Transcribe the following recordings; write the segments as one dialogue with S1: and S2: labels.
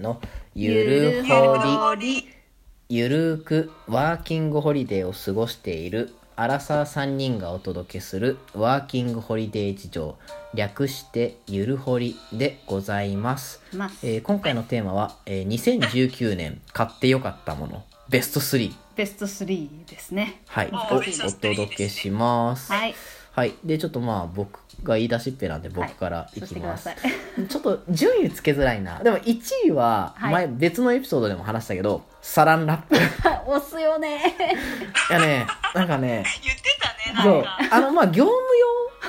S1: のゆるほり
S2: り。
S1: ゆるーくワーキングホリデーを過ごしているアラサー3人がお届けするワーキングホリデー事情略してゆるほりでございます、
S2: ます
S1: えー今回のテーマは、えー2019年買ってよかったものベスト3
S2: ベスト3ですね。
S1: はい、
S2: あ
S1: をお
S2: ベス
S3: ト3
S1: 届けします。
S2: はい。
S1: はいでちょっとまあ僕が言い出しっぺなんで僕からい
S2: そし
S1: き
S2: てくだ
S1: ます、
S2: さい。
S1: ちょっと順位つけづらいなでも1位は
S2: はい
S1: 前別のエピソードでも話したけど、サランラップい
S2: 押すよね。
S1: やねなんかね
S3: 言ってたね、な
S1: そ
S3: ん
S1: う
S3: か。
S1: あのまあ業務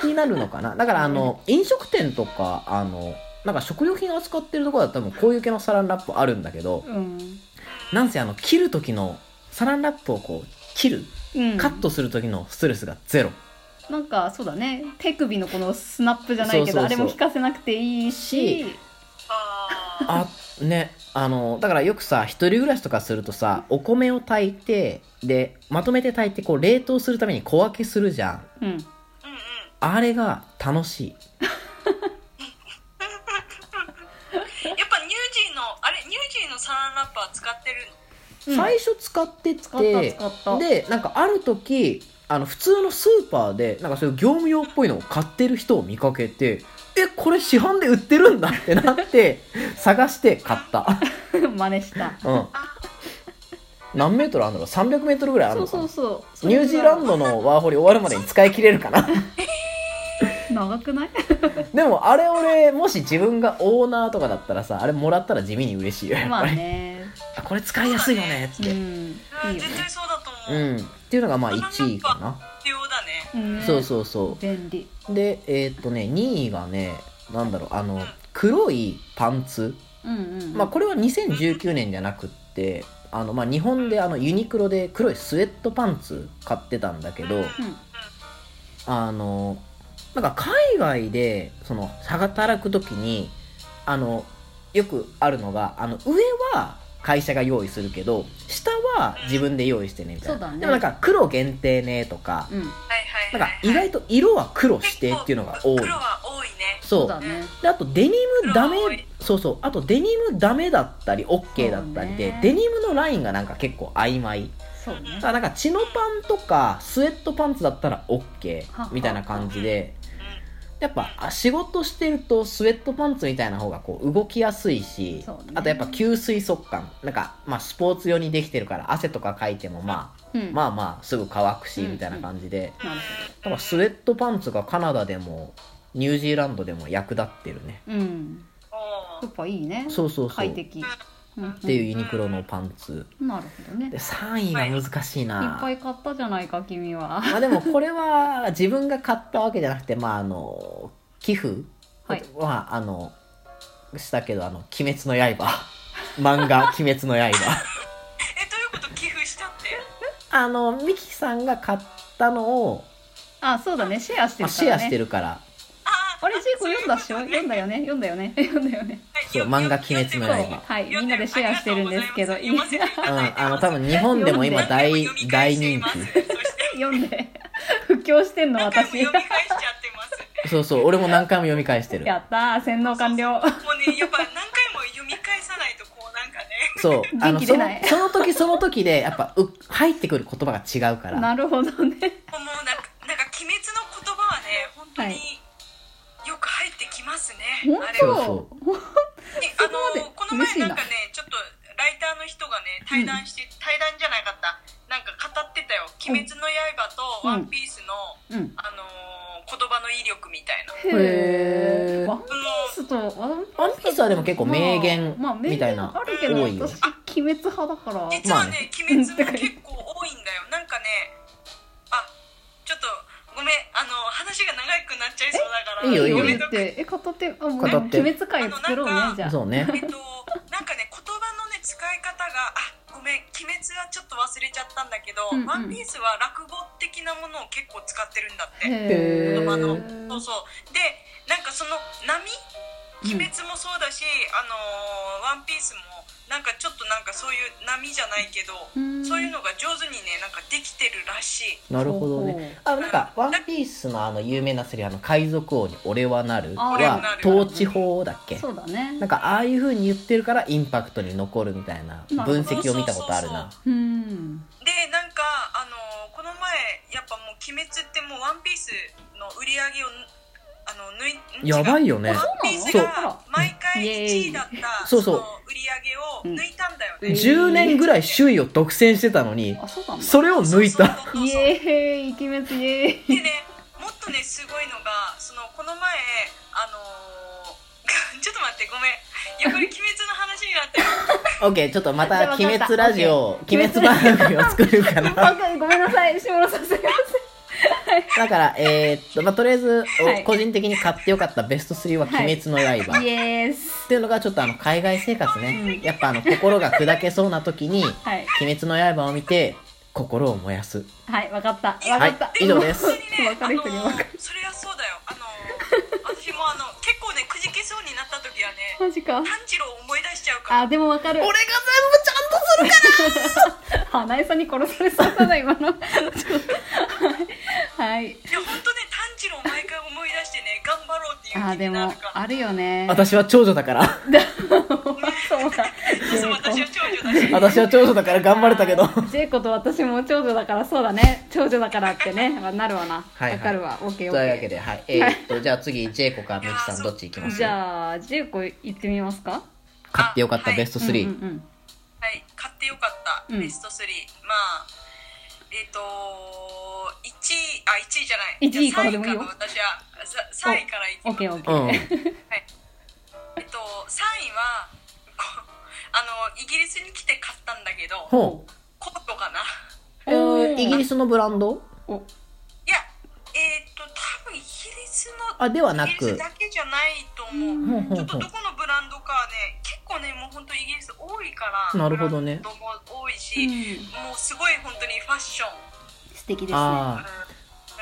S1: 用になるのかなだからあの飲食店とかあのなんか食料品を扱ってるところだったら多分こういう系のサランラップあるんだけど
S2: うん。
S1: なんせあの切る時のサランラップをこう切る
S2: うん。
S1: カットする時のストレスがゼロ、
S2: なんかそうだね。手首のこのスナップじゃないけ
S1: そうそうそ
S2: ど、
S1: う
S2: あれも効かせなくていいし。
S3: あ
S1: あねあのだからよくさ一人暮らしとかするとさお米を炊いてでまとめて炊いてこう冷凍するために小分けするじゃん
S2: うん。
S3: ーうんうん。
S1: あれが楽しい
S3: やっぱニュージーの、あれ、ニュージーのサランラッパー使ってるの
S2: うん
S1: 最初使ってて、
S2: 使った使った。
S1: でなんかある時あの普通のスーパーでなんかそういう業務用っぽいのを買ってる人を見かけてえこれ市販で売ってるんだってなって 探して買った
S2: 真似した。
S1: うん何メートルあるんだろう300メートルぐらいある
S2: そ
S1: の
S2: う
S1: か
S2: そ
S1: な
S2: うそう。
S1: ニュージーランドのワーホリ終わるまでに使い切れるかな
S2: 長 くない？
S1: でもあれ俺もし自分がオーナーとかだったらさあれもらったら地味に嬉しいよやっ
S2: ま
S1: ぱ
S2: あ
S1: り、
S2: ね。
S1: あこれ使いやすいよねっ
S2: う
S1: てうん、
S2: ん。
S3: う
S2: い
S3: ん、
S2: いよ
S3: 絶
S2: ね
S3: 対そうだと思う。
S1: っていうのがまあ1位かな
S3: 必要だね。
S2: うん。
S1: そうそうそ
S2: 便利。
S1: うでえーっとね2位がねなんだろうあの黒いパンツ
S2: うんうん。
S1: まあこれは2019年じゃなくってあのまあ日本であのユニクロで黒いスウェットパンツ買ってたんだけど、
S2: うん。
S1: あのなんか海外でその働く時にあのよくあるのがあの上は会社が用意するけど下は自分で用意してねみたいな
S2: そうだね
S1: でもなんか黒限定ねとか、
S2: うん。
S3: はいはいはい。
S1: なんか意外と色は黒指
S3: 結
S1: 定
S3: 構
S1: っていうのが多い
S3: 黒は多いね。
S2: そ
S1: そう
S2: だ
S1: う
S2: ね。
S1: であとデニムダメ
S3: 黒が多い
S1: そうそうあとデニムダメだったり OK だったりで、
S2: そうね
S1: デニムのラインがなんか結構曖昧
S2: そうね
S1: だか。らなんかチノパンとかスウェットパンツだったら OK
S2: はは
S1: みたいな感じで
S3: うん
S1: やっぱあ仕事してるとスウェットパンツみたいな方がこう動きやすいし、
S2: そうね
S1: あとやっぱ吸水速乾なんかまあスポーツ用にできてるから汗とかかいてもまあ、
S2: うん。
S1: まあまあすぐ乾くし
S2: うん
S1: みたいな感じで、
S2: なる
S1: だからスウェットパンツがカナダでもニュージーランドでも役立ってるね
S2: ほど。うん。
S3: お
S2: や
S3: ー
S2: っぱいいね。
S1: そうそうそう
S2: 快
S1: っ
S2: 適。うん
S1: ていうユニクロのパンツ
S2: うん。なるほどね。い
S1: で
S2: っ
S1: 3位が難しいな、
S2: ぱい買ったじゃないか君は。
S1: まあでもこれは自分が買ったわけじゃなくてまああの寄付
S2: はい
S1: まああのしたけど「あの鬼滅の刃」 漫画「鬼滅の刃」
S3: え、どういうこと寄付したって
S1: あのミキさんが買ったのを、
S2: あ、そうだね。シェアして
S1: まあ
S2: るか
S1: シェ
S2: ら
S1: アして
S2: ね。
S1: るから
S3: あー
S2: あれ、ジーコ読んだっしょ読んだよね読んだよね読んだよね
S3: はい
S1: そう漫画「鬼滅の
S2: そう。
S1: 刃」
S2: はい。みんなでシェアしてるんですけど、いい
S3: 読ませていた
S1: うん
S3: だいて
S1: あの多分日 本でも今大
S3: 読み返
S1: 大
S3: してい
S1: 人
S3: ます
S1: 気
S3: そして
S2: 読んで。布教してんの
S3: 何回も
S2: 私。
S3: 読み返しちゃってます
S1: そうそう俺も何回も読み返してる
S2: やったー。洗脳完了。
S3: もうねやっぱ何回も読み返さないとこうなんかね
S1: そうあの
S2: 元気
S1: そ
S2: 出
S1: の
S2: ない
S1: その時その時でやっぱう入ってくる言葉が違うから
S2: なるほどね。
S3: もうなんかなんか鬼滅の言葉はね本当
S2: は
S3: によく入ってきますね、
S2: 本
S3: あれは
S2: 当
S3: で
S2: そこまで
S3: あのこの
S2: 嬉しい
S3: 前
S2: な
S3: なんかねちょっとライターの人がね対談して、対談じゃなかったなんか語ってたよ「鬼滅の刃」と「ワンピースの、
S2: うん。
S3: あのー言葉の威力みたいなもう
S2: へ
S1: へー
S2: ー。ワンピースと、ワン
S1: ワンピースはでも結構名言
S2: まあまあ名言
S1: みたいな
S2: あるけど、
S1: 多いよ
S2: 私、鬼滅派だから。
S3: 実はね「鬼滅」
S2: うんだか
S3: も
S2: ら
S3: 結構多いんだよなんかねあちょっとごめんあの話が長くなっちゃいそうだから
S1: えいいよいいよ
S3: ごめ
S2: 言っ
S3: んとく
S2: て、え、片手、あ、もう、
S1: 片
S2: 鬼
S1: 手
S2: 滅会作ろうね
S3: あのなんか、
S2: じゃあ。
S1: そうね
S3: えっと、なんかね、言葉のね、使い方が、あ、ごめん、鬼滅はちょっと忘れちゃったんだけど、
S2: うんうん
S3: ワンピースは落語的なものを結構使ってるんだって。
S2: へ
S3: 言葉の
S2: ー
S3: そうそう。で、なんかその
S2: うん
S3: 波、鬼滅もそうだし、あのーワンピースも、なんかちょっとなんかそういう波じゃないけど、
S2: うん
S3: そういうのが上手にねなんかできてるらしい
S1: なるほどねあなんか「ワンピースのあの有名なセリフあの「海賊王に俺はなる」
S2: あ俺は
S1: は
S3: なる
S1: 統治法だっけ
S2: そうだね
S1: なんかああいう風に言ってるからインパクトに残るみたいな
S2: なるほ
S1: 分
S2: ど
S1: 析を見たことあるな
S2: うん
S3: でなんかあのこの前やっぱもう「鬼滅」ってもう「ワンピースの売り上げをあの抜い違う
S1: やばいよ
S3: ワ
S1: ね
S3: ンピース
S1: そう
S3: が毎回1位だった
S1: そう
S3: そ
S1: そう
S3: の売り上げを抜いたんだよね。
S2: うん
S1: 10年ぐらい首位を独占してたのに
S2: あそうなんだ
S1: それを抜い た
S3: そうそうそう
S2: イ
S3: そう
S2: エーイ鬼滅イエーイ
S3: でねもっとねすごいのがそのこの前あのー ちょっと待ってごめんいやこれ「鬼滅」の話になってる
S1: OK ちょっとま
S2: じゃ
S1: た「
S2: あ
S1: 鬼
S2: 分かった
S1: 滅ラジオ」「
S2: OK
S1: 鬼滅番組」を作る か
S2: わ
S1: ら
S2: かるごめんなさい志村さんすいま
S1: だからえーっと、まあ、とりあえず、お
S2: はい
S1: 個人的に買ってよかったベスト3は「
S2: はい
S1: 鬼滅の刃」
S2: せんイエース
S1: っていうのがちょっとあの海外生活ね、
S2: うん
S1: やっぱあの心が砕けそうな時に「
S2: はい
S1: 鬼滅の刃」を見て心を燃やす
S2: はいわかったわ
S1: は
S2: か
S1: い
S2: った
S1: 以上です
S3: 本当にね
S2: わかる人にわかる
S3: あのーそれはそうだよあのー私もあの結構ねくじけそうになった時はね
S2: マジか
S3: 炭治郎を思い出しちゃうから
S2: あでもわかる
S1: 俺が全部ちゃんとする
S2: 花江さんに殺されそうだな今のちょっとはい
S3: いや本当ね炭治郎毎回思い出してね頑張ろうっていう
S2: あ
S3: 気
S2: で
S3: にな
S2: も
S3: るから
S2: あるよね
S1: 私は長女だから
S2: そうだ
S3: そうそう私は長女だし
S1: 私は長女だから頑張れたけ ど
S2: ジェイコと私も長女だからそうだね長女だからっ てねなるわなわ、
S1: はいはい
S2: かるわ OKOK、
S1: とい
S2: OK
S1: うわけで、はい、えーっとじゃあ次ジェイコかミキさんどっち行きます
S2: じゃあジェイコ行ってみますか
S1: 買ってよかったベスト3、
S2: うんうんうん
S3: はい買ってよかった
S2: うん
S3: ベスト3、まあえっ、と1位あ1位じゃない
S2: 一位
S3: じゃあ
S2: からでもいいよ
S3: 3位から私はさ3位からいき
S2: オ
S3: ま
S2: ッ
S3: す
S2: ケーオッケ
S1: うん
S2: ー、
S3: えっと3位はこ あのイギリスに来て買ったんだけど
S1: ほ
S3: コートかな
S1: う、えー、イギリ
S2: ス
S1: スのブランド
S2: お
S3: いやえっ、と多分イギリスの
S1: あではな
S3: イギリ
S1: く
S3: スだけじゃないと思う
S1: ほうほ
S3: ちょ
S1: う
S3: っと
S1: ほ
S3: どこのブランドかね結構ねもう本当イギリス多いから
S1: なるほどね
S3: ブランドも多い
S2: うん
S3: し、もうすごい本当にファッション、
S2: 素敵ですね
S3: うん
S1: あ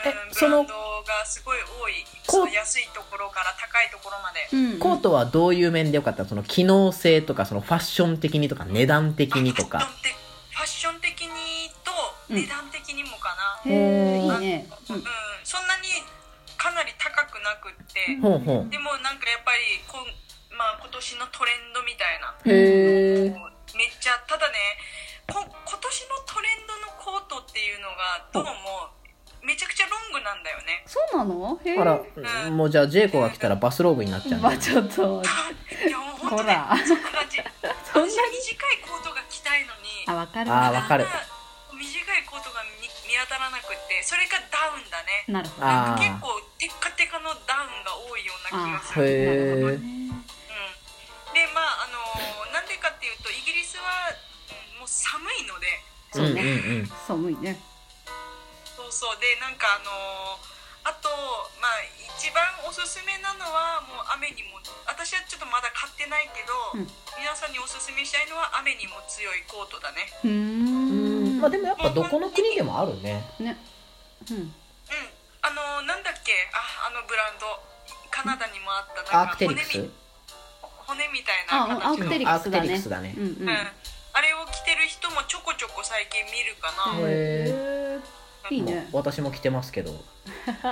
S3: うん
S1: えその
S3: ブランドがすごい多い
S1: こ
S3: そうう安いところから高いところまで
S2: うん
S1: あコートはどういう面でよかったその機能性とかそのファッション的にとか値段的にと
S3: あ
S1: か
S3: ファッション的ファッション的にと値段的にもかな、
S2: へえいい
S1: うん
S2: ね、う
S3: うん
S2: ん、
S3: そんなにかなり高くなくって
S1: ほうほ
S3: でもなんかやっぱりこん、まあ、今年のトレンドみたいな
S1: うへえ
S3: もうめっちゃただねこ今年のトレンドのコートっていうのがどうもめちゃくちゃロングなんだよ ね
S2: そうなのへえ
S1: あらもうじゃあジェイコが来たらバスローブになっちゃう
S2: ま
S1: ね
S2: あちょっと
S3: いやもう本当
S2: ほ
S3: ね
S2: ら
S3: そんな感じ
S2: そんなに
S3: 私は短いコートが着たいのに
S2: あわかる
S1: あーわかる
S3: 短いコートが見見当たらなくってそれがダウンだね
S2: なるほど
S3: なん
S1: あ
S3: か
S1: ー
S3: 結構テッカテカのダウンが多いような気がす
S1: へ
S3: る、
S1: え
S2: なるほどね
S3: うん、でまああのーなんでかっていうとイギリスはうんもう寒いので
S1: うんうんうん
S2: 寒いね
S3: そうそうでなんかあのーあとまあ一番おすすめなのはもう雨にも私はちょっとまだ買ってないけど、
S2: うん
S3: 皆さんにおすすめしたいのは雨にも強いコートだね
S2: うーん
S1: まあでもやっぱどこの国でもあるね
S2: ねうん
S3: うんあのーなんだっけああのブランドカナダにもあった
S1: ア
S3: なん
S1: ーク
S3: か
S1: テリ
S3: 骨
S1: クス
S3: み骨みたい
S2: あ
S3: な
S2: ア
S3: 形
S2: ーク
S3: の
S2: テリクスだね
S1: アークテリクスだね
S2: うんうん
S3: うん、あれを着てる人もちょこちょこ最近見るかな、
S1: うん
S2: へえいいね
S1: 私も着てますけど、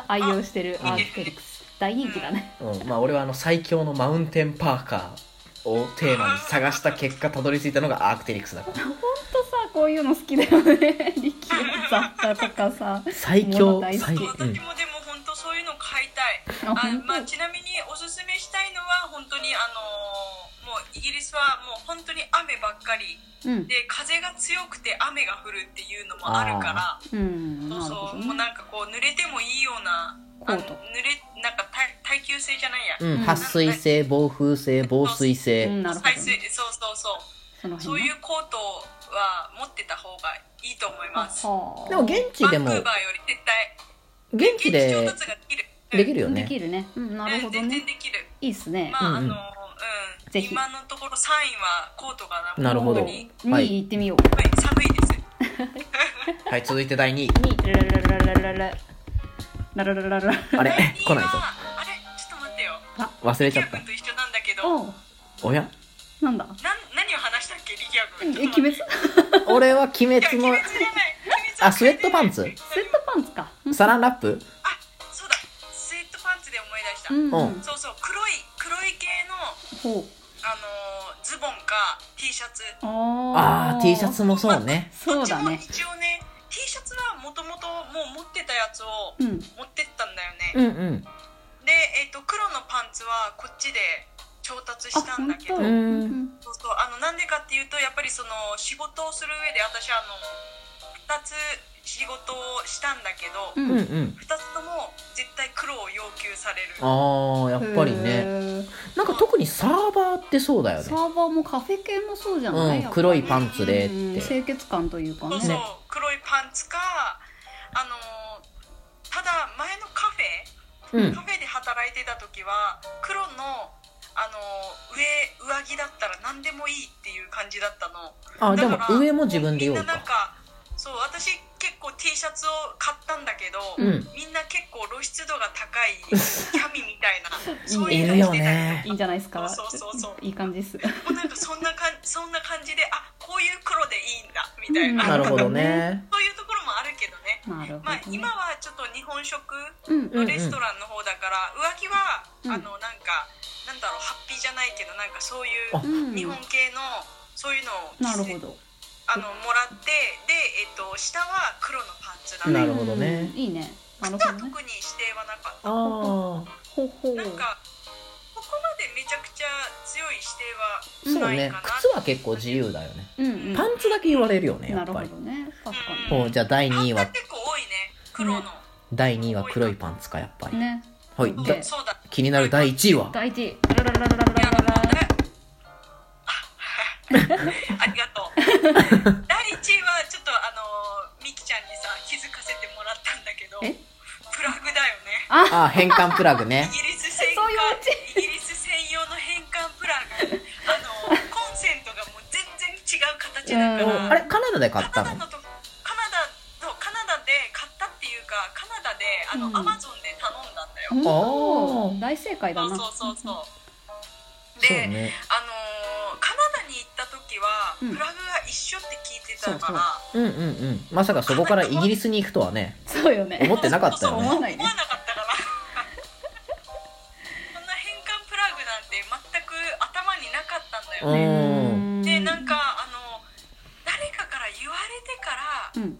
S2: 愛用してるアークテリクス大人気だね
S1: うんまあ、俺はあの最強のマウンテンパーカーをテーマに探した結果たどり着いたのがアークテリクスだから
S2: ほんとさこういうの好きだよね 力也雑貨とかさ
S1: 最強
S2: もう大好き
S1: 最、う
S3: そ
S1: ん
S3: う、私もでも本当そういうの買いたい
S2: あ
S3: あ
S2: 本当
S3: まあ、ちなみにおすすめしたいのは本当にあのーもうイギリスはもう本当に雨ばっかり
S2: うん
S3: で風が強くて雨が降るっていうのもあるから
S2: うん
S3: そう
S2: なる
S3: そ
S2: ほ
S3: う、
S2: ど
S3: も
S2: ね
S3: うなんかこう濡れてもいいような
S2: コ
S3: あ
S2: ー
S3: の
S2: ト
S3: 濡れなんか耐耐久性じゃないや、
S1: うん、撥水性防風性防水性、
S2: うんなるほ
S3: 耐
S2: どね
S3: 水そうそうそう
S2: その
S3: そう
S2: 辺
S3: い
S2: ね
S3: うコートは持ってた方がいいと思い
S2: あ
S3: ます
S2: はあ
S1: でも現地
S3: バ
S1: で
S3: ン
S1: も
S3: クーバーより絶対
S1: 現地
S3: 現地調
S1: で
S3: 達ができる
S1: できるよ
S2: でき
S1: ね
S2: るねうんなる
S3: う
S2: ほど
S3: ん全然
S2: ね
S3: できる
S2: いいっすね
S3: まあ、
S1: うんうん
S3: あの、うん、
S2: ぜひ
S3: 今のところ三位はコートかな。
S1: なるほど
S3: 本
S2: も
S3: 当
S2: う
S3: に
S1: は
S2: 2
S1: い
S2: 位行ってみよう
S3: はい、寒いです。
S1: はい続いて第2位
S2: 2位ララララララララララララ
S1: あれ
S3: 第二位
S1: 来ないぞ
S3: はあれ、ちょっと待ってよ。
S1: 忘れち
S3: キ
S1: ゃっ
S3: ヤ君と一緒なんだけど、
S2: おう
S1: たおや
S2: なんだ
S3: なん、何を話したっけ。
S2: え鬼滅スウェ
S1: 俺は鬼滅
S3: いや、鬼
S1: の
S3: 滅じゃない。鬼滅は
S1: あスウェットパンツ
S2: ットパンツかうん
S1: サランラップ
S3: あ、そうだ。スウェットパンツで思い出した。
S2: うん
S1: うん
S3: そうそう、黒い、黒い系の、
S2: ほう
S3: あのーズボンか T シャツ。
S2: あ
S1: ああ
S2: ー
S1: T シャツもそうね
S2: そうだね
S3: こっちも一応ね、T シャツはもともともう持ってたやつを
S2: うん
S3: 持ってったんだよね。
S1: うんうん
S3: で、えっ、と、黒のパンツはこっちで調達
S2: あ
S3: したん
S2: 本
S3: だけ
S2: 当
S3: ど
S1: う。ん
S3: そうそうあのなんでかっていうとやっぱりその仕事をする上で私あの2つ仕事をしたんだけど、
S2: う
S1: うんんうん
S3: 2つとも絶対黒を要求される
S1: ああやっぱりね
S2: へー
S1: なんか特にサーバーってそうだよ
S2: サ
S1: ね
S2: ーバーもカフェ系もそうじゃない、
S1: うん
S2: やっぱり
S1: 黒いパンツでって
S2: うん清潔感というか
S3: そう
S2: ね
S3: そう、
S1: ね
S3: 黒いパンツかあのただ前のカフェ
S1: うん
S3: カフェで働いてた時は黒のあの上上着だったら何でもいいっていう感じだったの
S1: あで
S3: だ
S1: も
S3: から
S1: 上も自分で用意
S3: みんななん
S1: か
S3: かそう私結構 T シャツを買ったんだけど、
S1: うん
S3: みんな結構露出度が高 いキャミみたいなそういう
S1: い
S3: の
S1: るよ
S3: 着てた
S1: ね
S2: いいんじゃないですか
S3: そうそうそうそう
S2: いい感じです
S3: もうなんかそんなかんそんな感じであこういう黒でいいんだみたいな,、
S2: うん
S1: なるほどね
S3: そういうところもあるけどね
S2: なるほど、ね
S3: まあ今はちょっと日本食
S2: う
S1: う
S2: ん
S1: ん
S3: のレストランの方だから、上着は、
S2: うん
S3: あのなんかなんだろうハッピーじゃないけどなんかそういう
S1: あ
S2: うん
S3: 日本系のそういうのを着
S2: なる
S3: せ
S2: ほど
S3: あのもらってで、えっと下は黒のパンツだ
S1: な
S3: ね
S1: るほどね
S2: うんいいねなる
S3: 靴は
S2: ほ
S3: 特
S2: どね
S3: に指定はなかった
S1: ああ
S2: ほうほう
S3: なんかここまでめちゃくちゃ強い
S1: そ
S3: 指定は
S1: う
S3: ない
S1: ね
S3: かな、
S1: 靴は結構自由だよね
S2: うんうん
S1: パンツだけ言われるよねや
S2: な
S1: っ
S2: る
S1: ぱ
S2: ほ
S1: り
S2: どね確か
S1: おじゃあ第2位
S3: パン
S1: は
S3: ツ結構多いね黒の、
S1: 第2位は黒いパンツかやっぱり
S2: にね
S1: はい
S2: うん
S1: だ
S2: で
S3: そうだ
S1: 気になる第1位は
S2: 第一位ラララララ ラ
S3: いや
S2: ラ
S3: でも
S2: ララ
S3: ねあありがとう第一位はちょっとあのみきちゃんにさ気づかせてもらったんだけど
S2: え
S3: プラグだよね
S1: ああ変換プラグね
S3: イギリス専
S2: そういうオチ
S3: イギリス専用の変換プラグ あのコンセントがもう全然違う形だか
S1: お
S3: ら
S1: あれカナダで買っ
S3: カ
S1: た
S3: ナダ
S1: の
S3: のとカナダとカナダで買ったっていうかカナダであの、
S2: うん
S3: アマゾンで頼んだんだよ、
S2: 本当
S1: あー
S2: 大正解だな
S3: そうそうそうそう
S1: そう
S3: で
S1: ね
S3: あのーカナダに行った時は、
S2: うん
S3: プラグが一緒って聞いてたから
S1: うんうんうんまさかそこからイギリスに行くとはね
S2: そうよね
S1: 思ってなかったよね
S2: 思わないね
S3: 思わなかったから そんな変換プラグなんて全く頭になかったんだよ
S1: う
S3: ね、
S1: ん
S3: でなんかあの誰かから言われてから
S2: うん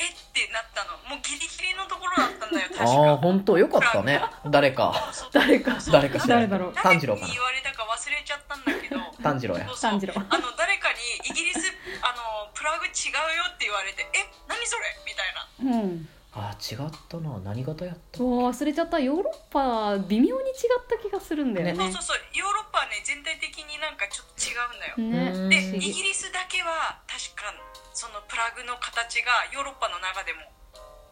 S3: えってなったのもうギリギリのところだったんだよ確
S1: ああ
S3: か
S1: 本当よかったね誰か
S3: そうそう
S2: 誰か
S1: 誰か知ら
S2: 誰
S1: んけ
S2: だ
S1: ど
S2: ろう
S1: 炭治郎か
S3: 誰に言われたか忘れちゃったんだけど
S1: な炭治郎や
S3: そうそう
S2: 炭治郎
S3: あの誰かにイギリスあのプラグ違うよって言われてえ何それみたいな
S2: うん
S1: あー違ったな何型やった
S2: そう忘れちゃったヨーロッパ微妙に違った気がするんだよね
S1: ね
S3: そうそうそうヨーロッパはね全体的になんかちょっと違うんだよ
S2: ね
S1: うん
S3: で
S2: 不思
S3: イ
S2: 議
S3: ギリスだけは確かそのプラグの形がヨーロッパの中でも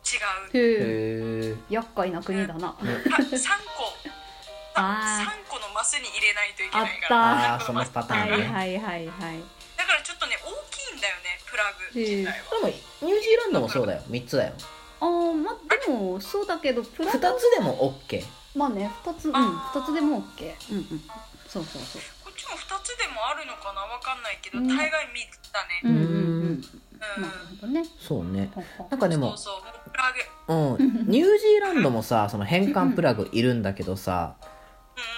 S3: 違う
S2: へ
S1: へえ
S2: え厄介な国だな
S3: た3個
S2: あー
S3: 3個のマスに入れないといけないか
S2: あ
S3: ら
S1: あーそのパタ
S2: は
S1: ーン
S2: い
S1: ね、
S2: はいはいはい
S3: だからちょっとね大きいんだよねプラグ自体は、
S1: でもニュージーランドもそうだよ3つだよ
S2: あーまあでもそうだけどプラ
S1: 2つでも OK
S2: まあね2つうん
S3: あー
S2: 2つでも OK うんうんそうそうそう
S3: こっちも2つでもあるのかなわかんないけど、
S2: うん
S3: 大概3つだね
S2: う
S1: ー
S2: ん
S1: ん
S2: うんうん
S3: うん、
S2: なるほどね
S1: そうね
S2: ほうほう
S1: なんかでも
S3: そうそうもうプラグ
S1: うん、ニュージーランドもさその変換プラグいるんだけどさ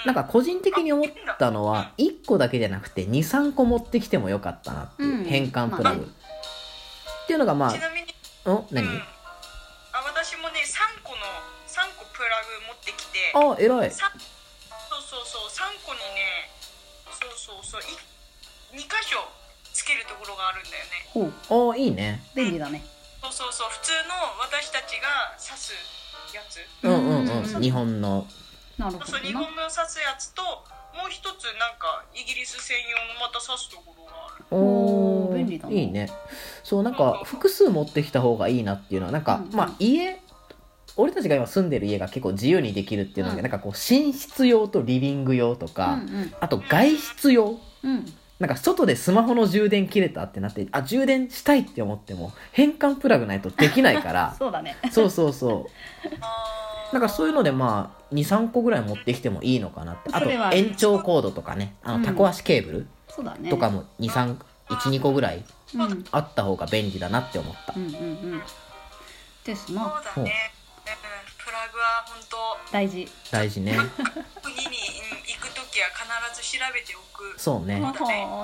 S1: なんか個人的に思ったのは1個だけじゃなくて23個持ってきてもよかったなっていう、
S2: うん
S1: 変換プラグ、
S2: まあ
S1: っていうのがま
S3: ちなみに
S1: あん何、
S3: うん、あ私もね3個の3個プラグ持ってきて
S1: あ偉い
S3: さそうそうそう3個にねそうそうそう2箇所つけるところがあるんだよね
S2: ほう
S1: あいいね
S2: 便利だね
S3: そうそうそう普通の私たちが刺すやつ
S1: うんうんうん、
S2: うん
S1: 日本の
S2: なるほ
S3: そうそう
S2: ど
S3: 日
S2: な
S3: 本の刺すやつともう一つなんかイギリス専用のまた刺すところがある
S2: おー
S1: おー
S2: 便利だない
S1: いねそうなんか複数持ってきた方がいいなっていうのはなんか、
S2: うん
S1: まあ家俺たちが今住んでる家が結構自由にできるっていうので、
S2: うん
S1: なんかこう寝室用とリビング用とか、
S2: うんうん
S1: あと外出用、
S2: うん
S1: なんか外でスマホの充電切れたってなってあ充電したいって思っても変換プラグないとできないか ら
S2: そうだね
S1: そうそうそう
S3: あー
S1: なんかそういうのでまあ23個ぐらい持ってきてもいいのかなってあ
S2: そ
S1: と
S2: れは
S1: 延長コードとかねあ
S2: うん
S1: のタコ足ケーブル
S2: そうだね
S1: とかも23 12個ぐらい
S2: うんうん
S1: あった方が便利だなって思った
S2: うんうんです
S3: そう
S2: な
S3: だね、うん、プラグは本当
S2: 大事
S1: 大 事ね
S3: 国にうん行く時は必ず調べておく
S1: そうね
S2: は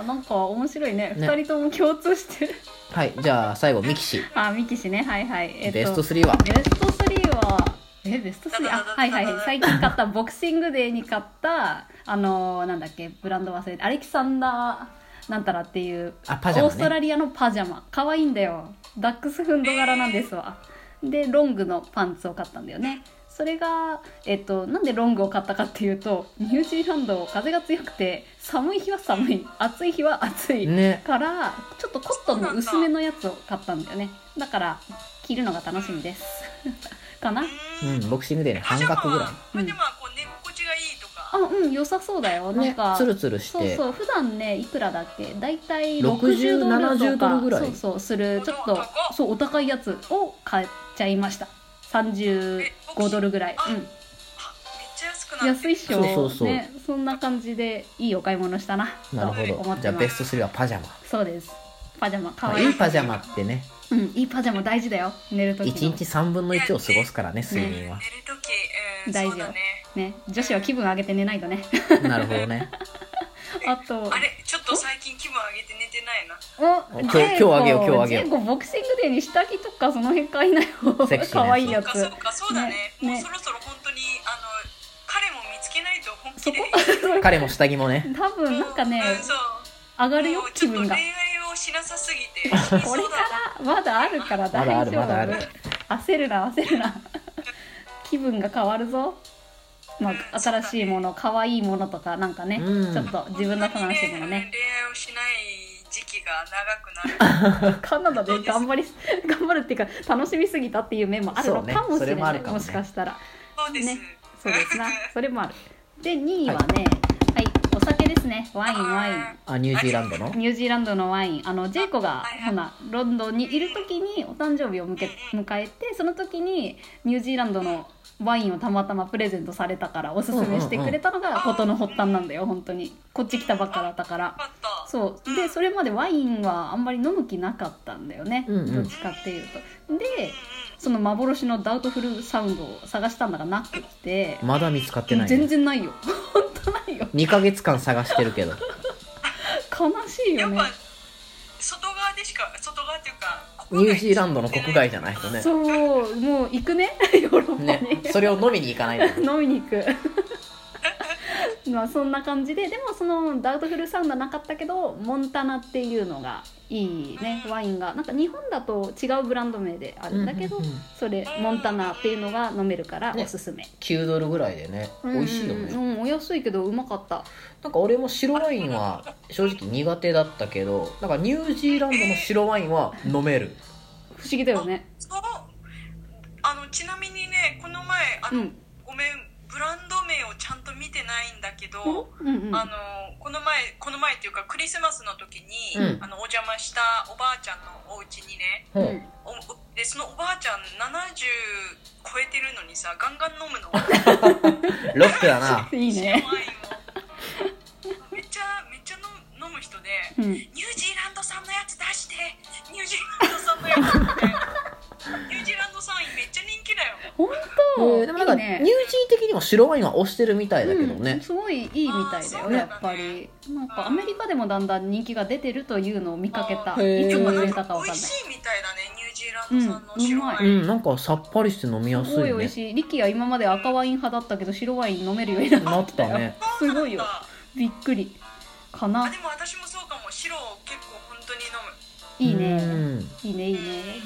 S2: あなんか面白い
S1: ね
S2: ね二人とも共通して る
S1: はいじゃあ最後ミキシ
S2: あミキシねはいはいえっと
S1: ベスト3は
S2: ベスト3はえベスト 3? あはいはい最近買ったボクシングデーに買ったあのーなんだっけブランド忘れてアレキサンダーなんたらっていう
S1: あパジャマね
S2: オーストラリアのパジャマ可愛いんだよダックスフンド柄なんですわでロングのパンツを買ったんだよねそれが、えっと、なんでロングを買ったかっていうとニュージーランド風が強くて寒い日は寒い暑い日は暑い、
S1: ね
S2: からちょっとコットンの薄めのやつを買ったんだよねだから着るのが楽しみです かな
S1: う
S3: うん
S1: ボクシングでね半
S3: パジャマ
S1: 額ぐらい
S3: はパジャマはこう寝心地がいいと
S2: あ
S3: か、
S2: うん良さそうだよなん
S1: ね
S2: か、
S1: ツルツルし
S2: そう
S1: て
S2: そう普段ねいくらだっけだいたい
S1: 60
S2: 60ドルと
S1: 70ドル
S2: か
S1: ぐらい
S2: そうそうするちょっ
S3: お
S2: と
S3: 高っ
S2: そうお高いやつを買っちゃいました35ドルぐらい
S3: あ
S2: う
S3: めっちゃ安く
S2: ん
S3: なって
S2: 安いっしょ
S1: そうそうそう
S2: ね、そんな感じでいいお買い物したな
S1: なるほ
S2: と思
S1: ど
S2: っ
S1: じ
S2: て
S1: ゃあ
S2: ま
S1: ベ
S2: す
S1: スト3はパジャマ
S2: そうですパジャマ可
S1: まあ
S2: 愛い
S1: いいパジャマってね
S2: うんいいパジャマ大事だよ寝るとき
S1: 1日3分の1を過ごすからね睡眠 は
S3: 寝る時、うん、
S2: 大
S3: そう
S2: 事よ
S3: だね
S2: ね、女子は気分上げて寝ないとね
S1: なるほどね
S2: あと
S3: あれちょっと最近気分上げて寝てないな
S2: お
S1: 今日今日あげよう今日あげよう
S2: 結構ボクシングデーに下着とかその辺買いなよ
S1: セクシーなやつ
S2: 可愛い
S3: そ
S2: や
S3: う
S2: つ
S3: かそうかそうだね
S2: ね
S3: もうそろそろ本当にあの彼も見つけないと本
S2: そ
S3: 気
S2: こ
S3: で
S1: 彼も下着もね
S2: 多分なんかね
S3: うんそう
S2: 上がるよ
S3: もうち
S2: 気
S3: ょっと
S2: 分
S3: 恋
S2: が
S3: 愛をしなさすぎてそう
S2: これか
S3: だ
S2: らまだあるから大丈夫
S1: まだあるまだ
S2: 焦るな焦るな気分が変わるぞまあ、新しいもの可愛いものとかなんかね、
S1: うん
S2: ちょっと自分の
S3: 本当
S2: 悲
S3: に
S2: しいものね
S3: 恋愛をしない時期が長くなる
S2: カナダで頑張り頑張るっていうか楽しみすぎたっていう面もあるのかもし
S1: そうねそ
S2: れ
S1: れも
S2: な
S1: あ
S2: い
S1: る
S2: も,、
S1: かもね
S2: しかしたら
S3: そうです、
S2: ねそうですなそれもあるで2位は
S1: は
S2: ねはい、お酒ですねワインワイン
S1: あニュージーランドの
S2: ニュージーランドのワインあのジェイコが
S3: はいはい
S2: ほなロンドンにいる時にお誕生日を向け迎えてその時にニュージーランドのワインをたまたまプレゼントされたからおすすめしてくれたのが事の発端なんだよ本当にこっち来たばっかだったから
S3: よかった
S2: そうでそれまでワインはあんまり飲む気なかったんだよね、
S1: うんうん
S2: どっちかっていうとでその幻のダウトフルサウンドを探したんだがなくて、
S1: まだ見つかってない、
S2: 全
S1: ね、
S2: 然ないよ 本当ないよ
S1: 2ヶ月間探してるけど
S2: 悲しい
S3: や
S2: よ
S3: っ
S2: ね
S3: ぱ外側でしか外側っていうか
S1: ニュージーランドの国外じゃないとね
S2: そうもう行くね ヨーロッパに、
S1: ねそれを飲みに行かないと
S2: 飲みに行くまあそんな感じででもそのダウトフルサウンドはなかったけどモンタナっていうのがいいねワインがなんか日本だと違うブランド名であ るんだけど、
S1: うんうんうん
S2: それモンタナっていうのが飲めるから
S1: ね
S2: おすすめ、
S1: 9ドルぐらいでね美味しいよね、
S2: うんうんうんお安いけどうまかった
S1: なんか俺も白ワインは正直苦手だったけどなんかニュージーランドの白ワインは飲める
S2: 不思議だよね
S3: そうあのちなみにねこの前あ
S2: う
S3: の、
S2: ん
S3: ごめんブランド名をちゃんと見てないんだけど、
S2: うんうん
S3: あのこの前この前っていうかクリスマスの時に、
S1: うん
S3: あのお邪魔したおばあちゃんのお家にね
S1: うん、
S2: うん
S3: おでそのおばあちゃん70超えてるのにさガンガン飲むの
S1: ロックだ ない
S2: いね
S3: ワインをめっちゃめっちゃ飲む飲む人で
S2: うん
S3: ニュージーランド産のやつ出してニュージーランド産のやつってニュージーランド産めっちゃ人気だよ
S2: 本
S1: え
S2: 当、
S1: ーでもなんか
S2: いい
S1: ニュー
S2: ね
S1: ジー的にも白ワインは推してるみたいだけど
S2: うん、
S1: ね、
S2: すごいいいみたいだ
S3: あーそうな
S2: よ
S3: んだ
S2: やっぱりなんかアメリカでもだんだん人気が出てるというのを見かけた
S1: あー
S2: いつ
S1: へー
S2: も
S3: な
S2: 売
S3: ん
S2: れたかわかん
S3: か
S2: な
S3: 美
S2: い
S3: 味
S2: す
S3: しいみたいだねニュージーランド産の白ワ
S1: う
S3: イン、
S1: ん、なんかさっぱりして飲みやすい
S2: ごい美
S1: ね
S2: 味しいリキは今まで赤ワイン派だったけど白ワイン飲めるようにな
S1: な
S2: っ
S1: ったた
S2: よ
S1: ね
S3: そ
S2: す
S3: うなんだ
S2: ごいよびっくりか
S3: あ
S2: な
S3: でも私もそうかも白を結構本当に飲む
S2: いいうね
S1: ん
S2: いいねいいね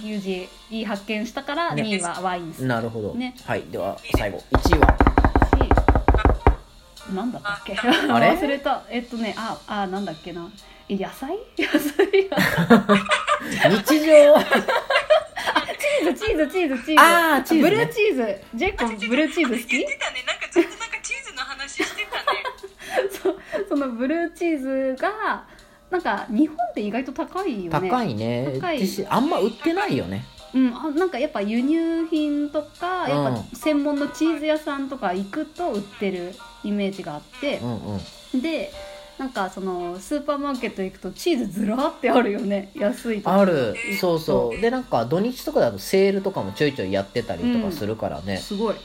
S2: ユージいい発見したから
S1: ね
S2: 2位はワインです
S1: なるほど、
S2: ね
S1: はいでは最後1位は
S2: しなんだったっけ
S1: あれ
S2: 忘れたえっとねああなんだっけなえ野菜 野菜が
S1: 日常
S2: チーズチーズチーズチーズ
S1: あーチーズね
S2: ブルーチーズジェイコブルーチーズ好
S3: 言
S2: き
S3: ってたねなんかずっとなんかチーズの話してた ね
S2: そうそのブルーチーズがなんか日本って意外と高いよね
S1: 高いね
S2: 高い
S1: 実際あんま売ってないよね
S2: うん、あなんかやっぱ輸入品とか、
S1: うん
S2: やっぱ専門のチーズ屋さんとか行くと売ってるイメージがあって
S1: う、んうん
S2: でなんかそのスーパーマーケット行くとチーズずらーってあるよね 安いと
S1: ある
S3: え
S1: そうそうでなんか土日とかだとセールとかもちょいちょいやってたりとかするからね、
S2: すごい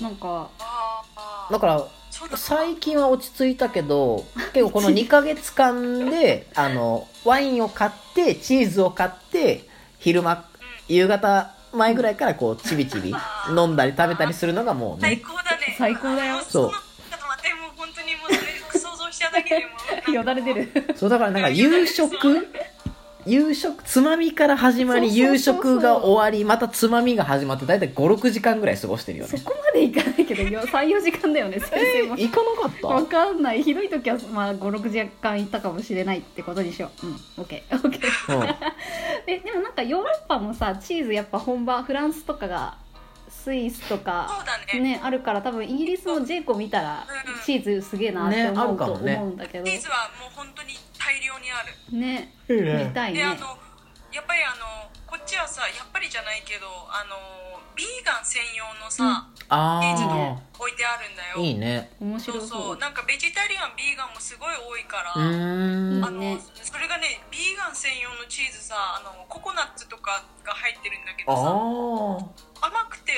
S2: なんか
S3: ああ
S1: だから
S3: そうだ
S1: 最近は落ち着いたけど結構この2ヶ 月間であのワインを買ってチーズを買って昼間夕方前ぐらいからこうちびちび飲んだり食べたりするのがもう
S3: 最
S1: ね
S3: 高だね
S2: 最高だよ
S3: あの
S1: そう
S3: ちょっと待ってもう本当にもうそれ想像しただけでもう
S2: よだれ出る
S1: そうだからなんか夕食夕食つまみから始まり
S2: そうそう
S1: 夕
S2: そうそう
S1: 食が終わりまたつまみが始まって大体56時間ぐらい過ごしてるよ
S2: そ
S1: ね
S2: こまでいかないけどよ34時間だよね先生も、
S1: 行かなかった
S2: わかんないひどい時はまあ56時間いたかもしれないってことにしよううん OKOK
S1: う
S2: えでもなんかヨーロッパもさチーズやっぱ本場フランスとかがスイスと
S3: そう
S2: か
S3: だね
S2: ねあるから多分イギリスのジェイコ見たら
S3: うん
S2: チーズすげえなって
S1: ねあ
S2: 思
S1: る
S2: うと
S1: かもね
S2: 思うんだけど
S3: チーズはもう本当に大量にある
S2: ね
S1: んいい
S2: 見
S1: ね
S2: たい
S3: で
S2: ね
S3: あのやっぱりあのこっちはさやっぱりじゃないけどあのビーガン専用のさ、ケージ
S1: あ
S3: の置いてあるんだよ
S1: あいいね
S2: 面
S3: そ
S2: 白
S3: う
S2: そ
S3: そううなんかベジタリアンビーガンもすごい多いから、
S1: うーん
S3: あの
S2: ね
S3: それがねビーガン専用のチーズさあのココナッツとかが入ってるんだけどさ
S1: ああ
S3: 甘くて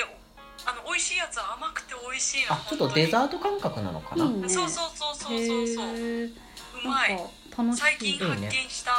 S3: あの美味しいやつは甘くて美味しいの
S1: あちょっとデザ
S3: ー
S1: ート感覚なのか
S2: い
S1: ない
S2: ね
S3: そうそうそうそうそうそうう
S2: へえ
S3: ま
S2: なん
S3: い
S2: か楽
S3: 最
S2: し
S3: 近
S2: い
S3: 発見した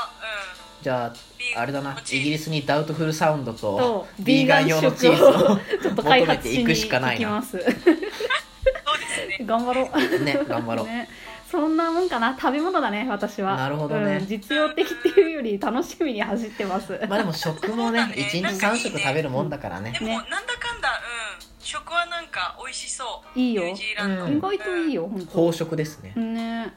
S1: じゃ
S3: うんビー
S1: あ
S3: ガン
S1: あれだな
S3: のチー
S1: イ
S3: ズ
S1: ギリスにダウトフルサウンドと
S2: と
S1: ビーガン用のチーズ
S2: ビーガ
S1: を
S2: ちょっと開発
S1: 求
S2: し
S1: めてい
S2: に
S1: くしか
S2: 行
S1: ない
S2: き
S1: な
S2: ます
S3: そうですね
S2: 頑張ろう
S1: ね頑張ろう、
S2: ね、そんなもんかな食べ物だね私は
S1: なるほどね
S2: うん、実用的っていうより楽しみに走ってます
S1: まあでも食もね
S3: そうだね
S1: 1日
S3: なんか
S1: 3
S3: いいね
S1: 食食べるもんだからね
S3: でもなんだかんだうん食はなんか美味しそう
S2: いい
S3: ニ
S2: よ
S3: ュージーランド、
S1: う
S2: 意外といいよ本
S1: 飽食ですね
S2: 当ね
S3: うん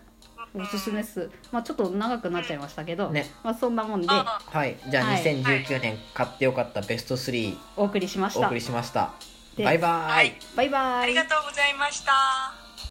S2: おすすめっすまあちょっと長くなっちゃいましたけど、
S1: ね
S2: まあそんなもんで
S3: あ
S1: はいじゃあ
S2: はい
S1: 2019年買ってよかったベスト3
S2: お送りしまし
S1: お
S2: た
S1: 送りしました
S2: で
S1: バイバーイ、
S3: はい
S2: バイバ
S3: あ
S2: イ
S3: りがとうございました